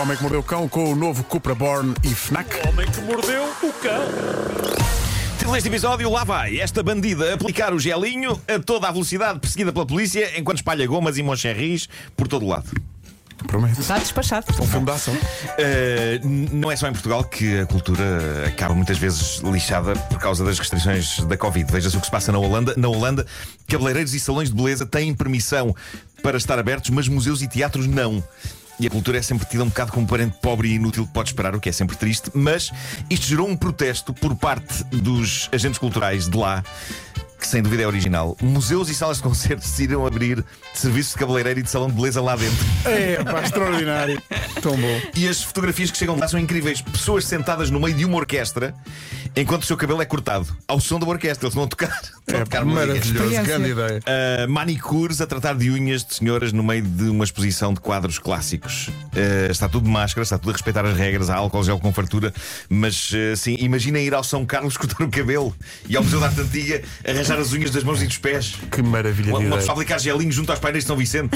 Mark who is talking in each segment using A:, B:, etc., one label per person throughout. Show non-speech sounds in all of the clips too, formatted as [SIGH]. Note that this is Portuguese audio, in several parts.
A: Homem que Mordeu o Cão com o novo Cupra Born e Fnac.
B: homem que mordeu o cão.
C: Título deste Então, episódio, lá vai. Esta bandida a aplicar o gelinho a toda a velocidade perseguida pela polícia enquanto espalha gomas e moncherris por todo o lado.
A: Prometo.
D: Está despachado.
A: Um filme de ação.
C: Uh, n- não é só em Portugal que a cultura acaba muitas vezes lixada por causa das restrições da Covid. Veja-se o que se passa na Holanda. Na Holanda, cabeleireiros e salões de beleza têm permissão para estar abertos, mas museus e teatros não. E a cultura é sempre tida um bocado como parente pobre e inútil que pode esperar, o que é sempre triste. Mas isto gerou um protesto por parte dos agentes culturais de lá que sem dúvida é original, museus e salas de concertos [LAUGHS] decidiram abrir serviço de cabeleireiro e de salão de beleza lá dentro.
A: É, pá, extraordinário. Tão bom.
C: E as fotografias que chegam lá são incríveis. Pessoas sentadas no meio de uma orquestra enquanto o seu cabelo é cortado. Ao som da orquestra, eles vão tocar. [LAUGHS]
A: É
C: Estão a tocar música.
D: Experiência.
A: grande ideia.
C: Ah, manicures a tratar de unhas de senhoras no meio de uma exposição de quadros clássicos. Ah, está tudo de máscara, está tudo a respeitar as regras, há álcool gel com fartura, mas ah, sim, imaginem ir ao São Carlos [LAUGHS] cortar o cabelo e ao Museu da Arte Antiga arranjar as unhas das mãos e dos pés.
A: Que maravilha
C: Uma,
A: de
C: uma
A: ideia.
C: pessoa a aplicar gelinho junto aos painéis de São Vicente.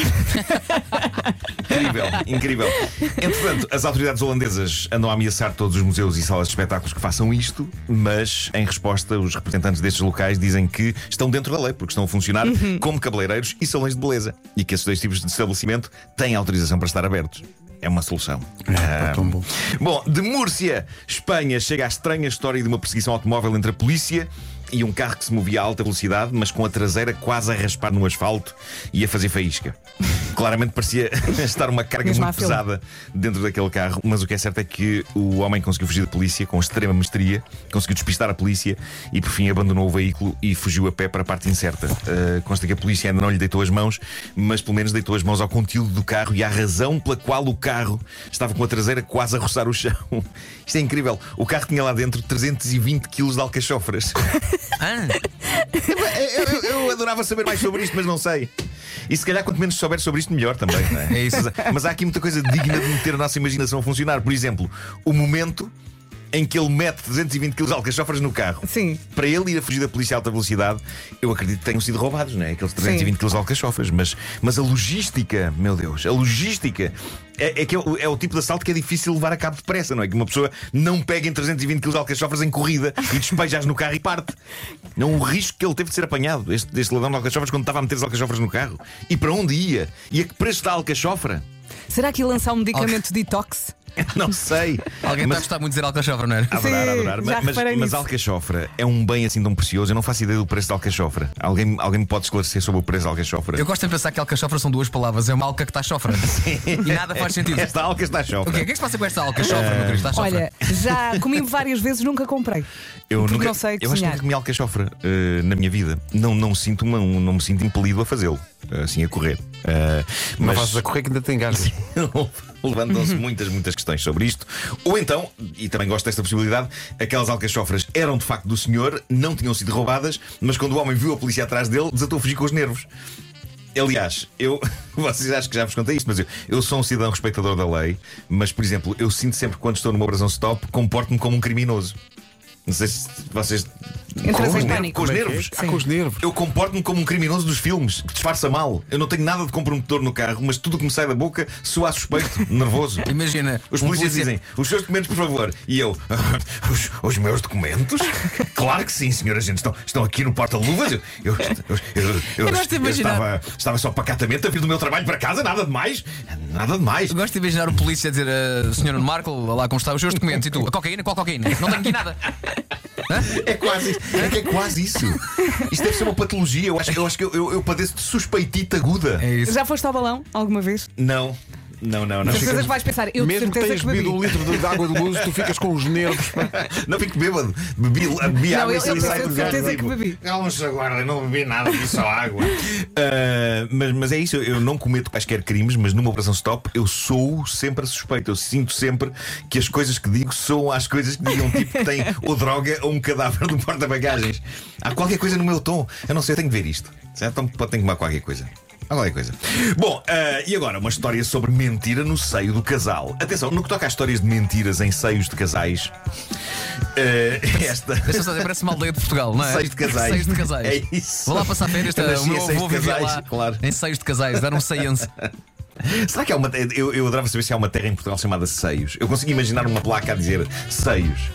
C: incrível, incrível. Entretanto, as autoridades holandesas andam a ameaçar todos os museus e salas de espetáculos que façam isto, mas em resposta, os representantes destes locais dizem que estão dentro da lei, porque estão a funcionar como cabeleireiros e salões de beleza. E que esses dois tipos de estabelecimento têm autorização para estar abertos. É uma solução. Ah,
A: pá, tão bom.
C: Bom, de Múrcia, Espanha, chega a estranha história de uma perseguição automóvel entre a polícia e um carro que se movia a alta velocidade, mas com a traseira quase a raspar no asfalto e a fazer faísca. Claramente parecia [LAUGHS] estar uma carga
D: Mesmo à
C: muito
D: filme.
C: pesada dentro daquele carro, mas o que é certo é que o homem conseguiu fugir da polícia com extrema mestria, conseguiu despistar a polícia e por fim abandonou o veículo e fugiu a pé para a parte incerta. Uh, consta que a polícia ainda não lhe deitou as mãos, mas pelo menos deitou as mãos ao conteúdo do carro e à razão pela qual o carro estava com a traseira quase a roçar o chão. [LAUGHS] Isto é incrível. O carro tinha lá dentro 320 quilos de alcachofras. Eu, eu- eu adorava saber mais sobre isto, mas não sei. E se calhar, quanto menos souber sobre isto, melhor também. não é? Mas, mas há aqui muita coisa digna de meter a nossa imaginação a funcionar. Por exemplo, o momento em que ele mete 220 kg de alcachofras no carro.
D: Sim.
C: Para ele ir a fugir da polícia a alta velocidade, eu acredito que tenham sido roubados, não é? Aqueles 320 kg de alcachofras. Mas, mas a logística, meu Deus, a logística. É, é que é, o- é o tipo de assalto que é difícil levar a cabo depressa, não é? Que uma pessoa não pega em 320 kg de alcachofras em corrida e despeja-as no carro e parte. Não o risco que ele teve de ser apanhado, este, este ladrão de alcachofras, quando estava a meter as alcachofras no carro. E para onde ia? E a que preço está a alcachofra? [LAUGHS]
D: Será que ia lançar um medicamento detox?
C: Não sei.
E: Alguém está a
C: mas, Ah,
E: gostar muito de dizer alcachofra, não é? era?
C: a adorar, a
D: Sim,
C: adorar.
D: já
C: Mas, mas,
D: reparei
C: mas
D: nisso.
C: alcachofra é um bem assim tão precioso. Eu não faço ideia do preço de alcachofra. Alguém, alguém me pode esclarecer sobre o preço de alcachofra?
E: Eu gosto de pensar que alcachofra são duas palavras. É uma alca que está
C: [LAUGHS]
E: chofra. E nada faz sentido.
C: É, Esta alca está
E: O
C: chofra.
E: que é que é que se passa com esta alcachofra, meu querido? Está chofra?
D: Olha, já comi várias vezes, nunca comprei.
C: Eu
D: Porque
C: nunca,
D: não sei
C: eu acho que
D: cozinhar.
C: nunca comi alcachofra eh, na minha vida. Não, não sinto uma, um- não me sinto impelido a fazê-lo, assim a correr. Eh,
A: Não
C: mas
A: faças a correr que ainda tem gás.
C: [LAUGHS]
D: Uhum.
C: levantam-se muitas, muitas questões sobre isto. Ou então, e também gosto desta possibilidade, aquelas alcachofras eram de facto do senhor, não tinham sido roubadas, mas quando o homem viu a polícia atrás dele, desatou a fugir com os nervos. Aliás, eu. [LAUGHS] Vocês acham que já vos contei isto, mas eu, eu sou um cidadão respeitador da lei, mas, por exemplo, eu sinto sempre que quando estou numa operação stop, comporto-me como um criminoso. Não sei se vocês.
D: Entras
C: com,
D: em
C: os ner-
D: pânico.
C: com os
D: Como é que
C: nervos.
A: Ah, com os nervos.
C: Eu comporto-me como um criminoso dos filmes, que disfarça mal. Eu não tenho nada de comprometedor no carro, mas tudo o que me sai da boca soa a suspeito, [LAUGHS] nervoso.
E: Imagina.
C: Os
E: um
C: polícias
E: polícia-
C: dizem, os seus documentos, por favor. E eu, [LAUGHS] os, os meus documentos? [LAUGHS] Claro que sim, senhor agente. Estão, estão aqui no porta-luvas. Eu, eu, eu, eu- eu-
E: Eu gosto de
C: eu
E: imaginar.
C: estava, estava só pacatamente a vir do meu trabalho para casa, nada de mais. Nada de mais.
E: Eu gosto de imaginar o polícia a dizer a senhora Marco, lá como está, os seus documentos e tu, a cocaína, qual cocaína? Não tenho aqui nada.
C: É quase isso. É, que é quase isso. Isto deve ser uma patologia. Eu acho, eu acho que eu, eu, eu padeço de suspeitita aguda.
E: É isso.
D: Já foste ao balão alguma vez?
C: Não, não, não, não.
D: As coisas que vais pensar, eu de
A: Mesmo que
D: certeza
A: tenhas
D: que bebi.
A: bebido um litro de, de água de luz, tu ficas com os nervos. pá.
C: [LAUGHS] Não fico bêbado. Bebi, bebi
D: Não,
C: água
D: eu-
C: e
D: eu
C: saí sai
D: tenho
C: do
D: certeza
C: carro,
D: que
C: digo,
D: bebi.
C: Calma-se agora, eu não bebi nada, bebi só água. [LAUGHS] Ah, mas, mas é isso, eu não cometo quaisquer crimes, mas numa operação stop eu sou sempre a suspeita. Eu sinto sempre que as coisas que digo são as coisas que diria um tipo que
D: [LAUGHS]
C: tem ou droga ou um cadáver no porta-bagagens. Há qualquer coisa no meu tom. Eu não sei, eu tenho de ver isto. Certo? Então pode- tenho que tomar qualquer coisa. Há qualquer coisa. Bom, ah, e agora uma história sobre mentira no seio do casal. Atenção, no que toca a histórias de mentiras em seios de casais,
E: [LAUGHS]
C: ah, esta.
E: Deixa-me É só dizer, parece uma aldeia de Portugal, não é?
C: Seios de casais.
E: Seios de casais.
C: É isso.
E: Vou lá passar férias,
C: Eu
E: tá? o
C: nasci em
E: meu
C: seios
E: avô
C: de
E: vivia
C: casais,
E: lá
C: claro.
E: em seios de casais, dar um seiense.
C: Será que há uma. Eu, eu adorava saber se há uma terra em Portugal chamada Seios. Eu consigo imaginar uma placa a dizer Seios.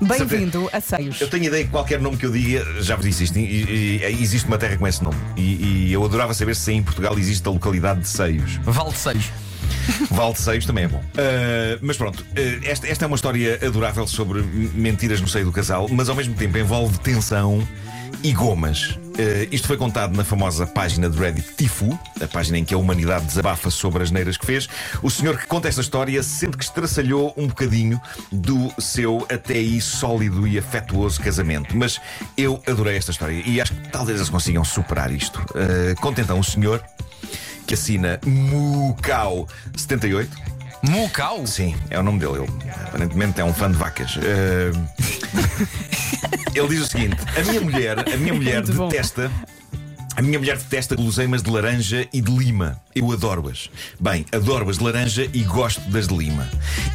D: Bem-vindo a Seios.
C: Eu tenho ideia que qualquer nome que eu diga, já vos disse isto, e- e- e existe uma terra com esse nome. E, e eu adorava saber se em Portugal existe a localidade de Seios.
E: Vale de seis.
C: Vale de Seios também é bom. Ah, mas pronto, ah, esta, esta é uma história adorável sobre m- mentiras no seio do casal, mas ao mesmo tempo envolve tensão e gomas. Ah, isto foi contado na famosa página de Reddit Tifu, a página em que a humanidade desabafa sobre as neiras que fez. O senhor que conta esta história sente que estraçalhou um bocadinho do seu até aí sólido e afetuoso casamento. Mas eu adorei esta história e acho que talvez eles consigam superar isto. Ah, conta então o senhor que assina Mucau 78.
E: Mucau?
C: Sim, é o nome dele. Ele aparentemente é um fã de vacas. Eh, ele diz o seguinte: a minha mulher, a minha mulher
D: Muito bom.
C: detesta. A minha mulher detesta guloseimas de laranja e de lima. Eu adoro-as. Bem, adoro-as de laranja e gosto das de lima.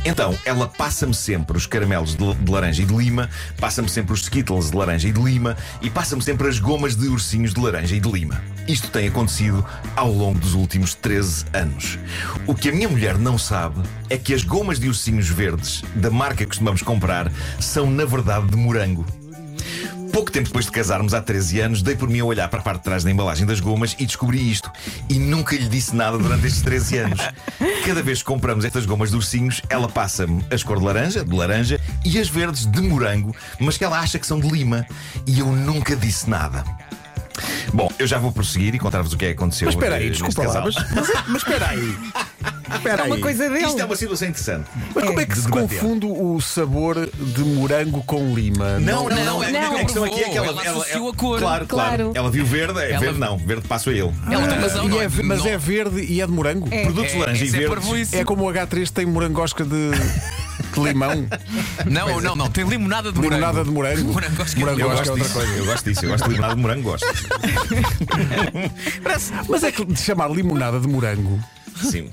C: Então, ela passa-me sempre os caramelos de, de laranja e de lima, passa-me sempre os Skittles de laranja e de lima e passa-me sempre as gomas de ursinhos de laranja e de lima. Isto tem acontecido ao longo dos últimos 13 anos. O que a minha mulher não sabe é que as gomas de ursinhos verdes, da marca que costumamos comprar, são na verdade de morango. Pouco tempo depois de casarmos, há 13 anos, dei por mim a olhar para a parte de trás da embalagem das gomas e descobri isto. E nunca lhe disse nada durante estes 13 anos. Cada vez que compramos estas gomas de ursinhos, ela passa-me as cor de laranja, de laranja, e as verdes de morango, mas que ela acha que são de lima. E eu nunca disse nada. Bom, eu já vou prosseguir e contar-vos o que é que aconteceu.
A: Mas espera
C: eh,
A: aí,
C: neste
A: desculpa lá.
C: casal.
A: Mas, mas, mas espera aí. Espera
D: É uma
A: aí.
D: coisa dele.
C: Isto é uma situação interessante.
A: Mas como é que
C: de
A: se
C: debater.
A: confunde o sabor de morango com lima?
C: Não, não,
E: Não,
C: não. é-
E: não.
C: A questão aqui é que ela,
E: Ela associou a cor.
C: Claro,
D: Claro.
C: claro. Ela viu verde, é
E: Ela-
C: verde não. Verde passo a ele.
E: Ela tem razão,
A: E
E: não
A: é ve- mas
E: não-
A: é verde e é de morango?
D: É.
C: Produtos
E: É,
C: laranja e
E: isso é
C: verdes.
E: parvoíce.
A: É como o H3 tem morangosca de, de [LAUGHS] limão.
E: Não,
C: é.
E: não, não. Tem limonada de
A: Limonada de
E: morango.
A: morango.
E: [LAUGHS] Morango, acho que é
C: Eu
A: Morangosca é
C: gosto,
A: outra
C: disso,
A: coisa.
C: eu gosto disso, eu gosto de limonada de morango, gosto.
A: Mas é que de chamar limonada de morango.
C: Sim.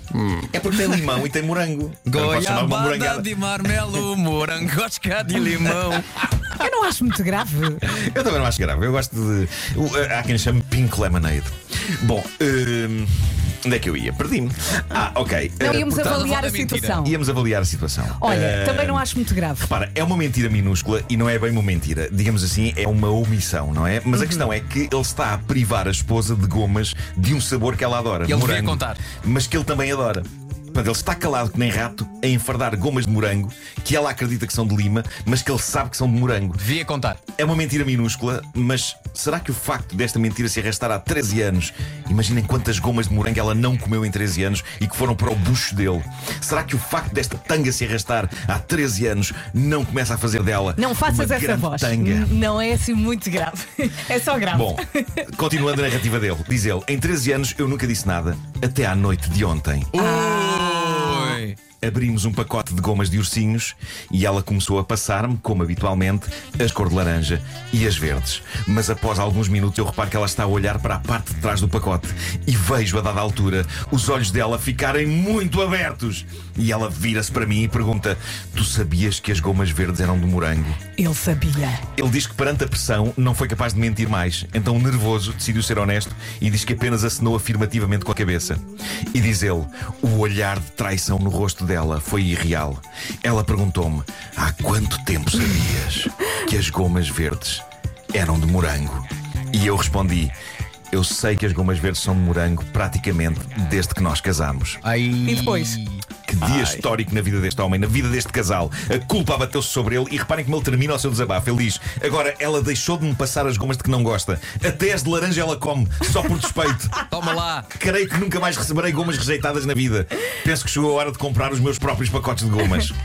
C: É porque tem limão e tem morango. Então posso chamar uma
E: Goiabada
C: morangada.
E: de marmelo,
C: [LAUGHS]
E: morangosca de limão.
D: Eu não acho muito grave.
C: Eu também não acho grave, eu gosto de. o- eh, Há quem chame Pink Lemonade. Bom, hum, onde é que eu ia? Perdi-me. Ah, ok.
D: Não
C: Eh,
D: íamos
E: portanto,
D: avaliar a
E: volta a mentira.
D: situação.
C: íamos avaliar a situação.
D: Olha,
C: Eh,
D: também não acho muito grave.
C: Repara, é uma mentira minúscula e não é bem uma mentira. Digamos assim, é uma omissão, não é?
E: Uhum.
C: Mas a questão é que ele está a privar a esposa de gomas de um sabor que ela adora.
E: Ele devia
C: morango,
E: contar.
C: Mas que ele também adora. Portanto, ele está calado que nem rato a enfardar gomas de morango que ela acredita que são de lima, mas que ele sabe que são de morango.
E: Devia contar.
C: É uma mentira minúscula, mas será que o facto desta mentira se arrastar há 13 anos? Imaginem quantas gomas de morango ela não comeu em 13 anos e que foram para o bucho dele. Será que o facto desta tanga se arrastar há 13 anos não começa a fazer dela
D: Não faças
C: uma
D: essa
C: grande
D: voz.
C: tanga?
D: N- Não é assim muito grave. [LAUGHS] É só grave.
C: Bom, continuando a narrativa dele, diz ele: em 13 anos eu nunca disse nada, até à noite de ontem.
E: Oi.
C: Abrimos um pacote de gomas de ursinhos e ela começou a passar-me, como habitualmente, as cor de laranja e as verdes. Mas após alguns minutos eu reparo que ela está a olhar para a parte de trás do pacote e vejo a dada altura os olhos dela ficarem muito abertos. E ela vira-se para mim e pergunta: Tu sabias que as gomas verdes eram de morango?
D: Ele sabia.
C: Ele diz que perante a pressão não foi capaz de mentir mais, então nervoso decidiu ser honesto e diz que apenas assinou afirmativamente com a cabeça. E diz ele: o olhar de traição no rosto dela foi irreal. Ela perguntou-me: há quanto tempo sabias que as gomas verdes eram de morango? E eu respondi: eu sei que as gomas verdes são de morango praticamente desde que nós casamos.
E: Ai.
D: E depois?
C: Que dia histórico na vida deste homem, na vida deste casal. A culpa abateu-se sobre ele e reparem como ele termina o seu desabafo. Ele diz: Agora ela deixou de me passar as gomas de que não gosta. Até as de laranja ela come, só por despeito. [LAUGHS]
E: Toma lá.
C: Creio que nunca mais receberei gomas rejeitadas na vida. Penso que chegou a hora de comprar os meus próprios pacotes de gomas.
E: [LAUGHS]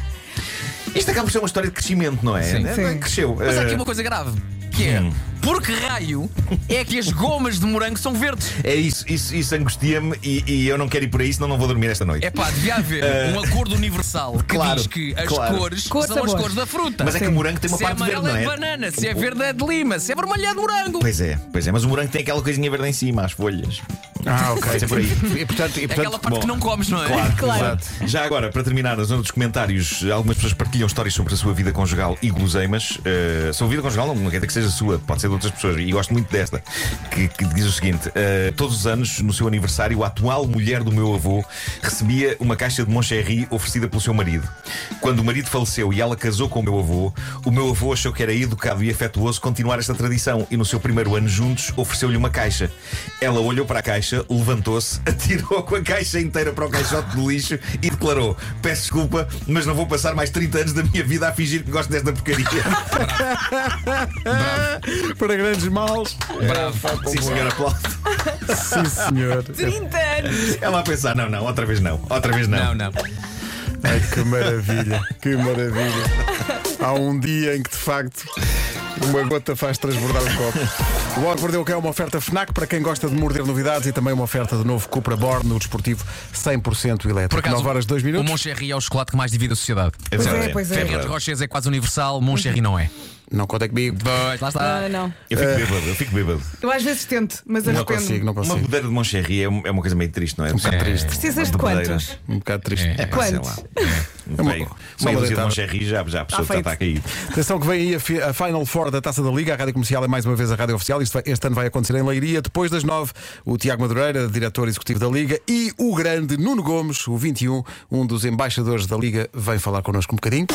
C: Isto acaba por ser uma história de crescimento, não é?
E: Sim.
C: É,
D: Sim.
C: Cresceu.
E: Mas há aqui
C: Eh,
E: uma coisa grave. Que é.
C: Hum.
E: Por que raio é que as gomas de morango são verdes?
C: É isso, isso, isso angustia-me e, e eu não quero ir por aí, senão não vou dormir esta noite.
E: É pá,
C: [LAUGHS]
E: devia haver um acordo universal que
C: Eh. claro,
E: diz que as
C: claro.
E: cores
D: Cor,
E: são as
D: sabor.
E: cores da fruta.
C: Mas é que o morango tem uma
E: se é
C: parte verde,
E: amarelo
C: não
E: é
C: é?
E: de banana, se é verde é de lima, se é vermelho é de morango.
C: Pois é, pois é, mas o morango tem aquela coisinha verde em cima, as folhas.
A: Ah,
C: Vai
A: ok.
C: ser por aí.
A: E, portanto, e,
E: É
A: portanto,
E: aquela parte
C: bom.
E: que não comes, não é?
C: Claro,
D: Claro.
C: exato. Já agora, para terminar, na zona dos comentários, algumas pessoas partilham histórias sobre a sua vida conjugal e guloseimas. Eh, a sua vida conjugal não quer dizer que seja sua, pode ser de outras pessoas, e gosto muito desta, que, que diz o seguinte: eh, Todos os anos, no seu aniversário, a atual mulher do meu avô recebia uma caixa de Moncherry oferecida pelo seu marido. Quando o marido faleceu e ela casou com o meu avô, o meu avô achou que era educado e afetuoso continuar esta tradição e, no seu primeiro ano juntos, ofereceu-lhe uma caixa. Ela olhou para a caixa, levantou-se, [LAUGHS] atirou com a caixa inteira para o caixote de lixo e declarou: Peço desculpa, mas não vou passar mais 30 anos da minha vida a fingir que gosto desta porcaria.
A: [LAUGHS] Para grandes males.
C: é.
E: Bravo.
C: Sim, senhor, aplaudo.
A: [LAUGHS] Sim, senhor.
D: 30 anos.
C: Ela a pensar: Não, não, outra vez não, outra vez não.
E: Não, não.
A: Ai, que maravilha, que maravilha. Há um dia em que de facto uma gota faz transbordar o copo. O Logo Mordeu que é uma oferta FNAC para quem gosta de morder novidades e também uma oferta de novo Cupra Born no desportivo 100% elétrico. 9 horas 2
E: o
A: minutos.
E: Moncherry é o chocolate que mais divide a sociedade.
D: Pois é,
C: verdade,
D: pois é.
E: Ferreira de
C: verdade.
E: Rochers é quase universal, Moncherry não é.
A: Não conta comigo.
E: Pois, lá está.
D: Ah, não.
C: Eu fico bêbado, eu fico bêbado.
D: Eu às vezes tento, mas
A: Não
D: arrependo.
A: consigo, não
C: Uma
A: consigo.
C: bodeira de Moncherry é um- é uma coisa meio triste, não é? Um
A: bocado triste.
D: Precisas de quantos?
A: Um bocado triste.
E: É.
C: Pá, sei lá. um
D: Quantos?
A: É uma-
C: Meio-
A: só uma
C: Meia dúzia de
A: deitada.
C: Moncherry é já, já a pessoa está,
D: Tá
C: está a cair.
A: Atenção que vem aí a, fi- a Final Four da Taça da Liga. A Rádio Comercial é mais uma vez a Rádio Oficial. Isto vai- este ano vai acontecer em Leiria. Depois das nove, o Tiago Madureira, diretor executivo da Liga, e o grande Nuno Gomes, o 21, um dos embaixadores da Liga, vem falar connosco um bocadinho.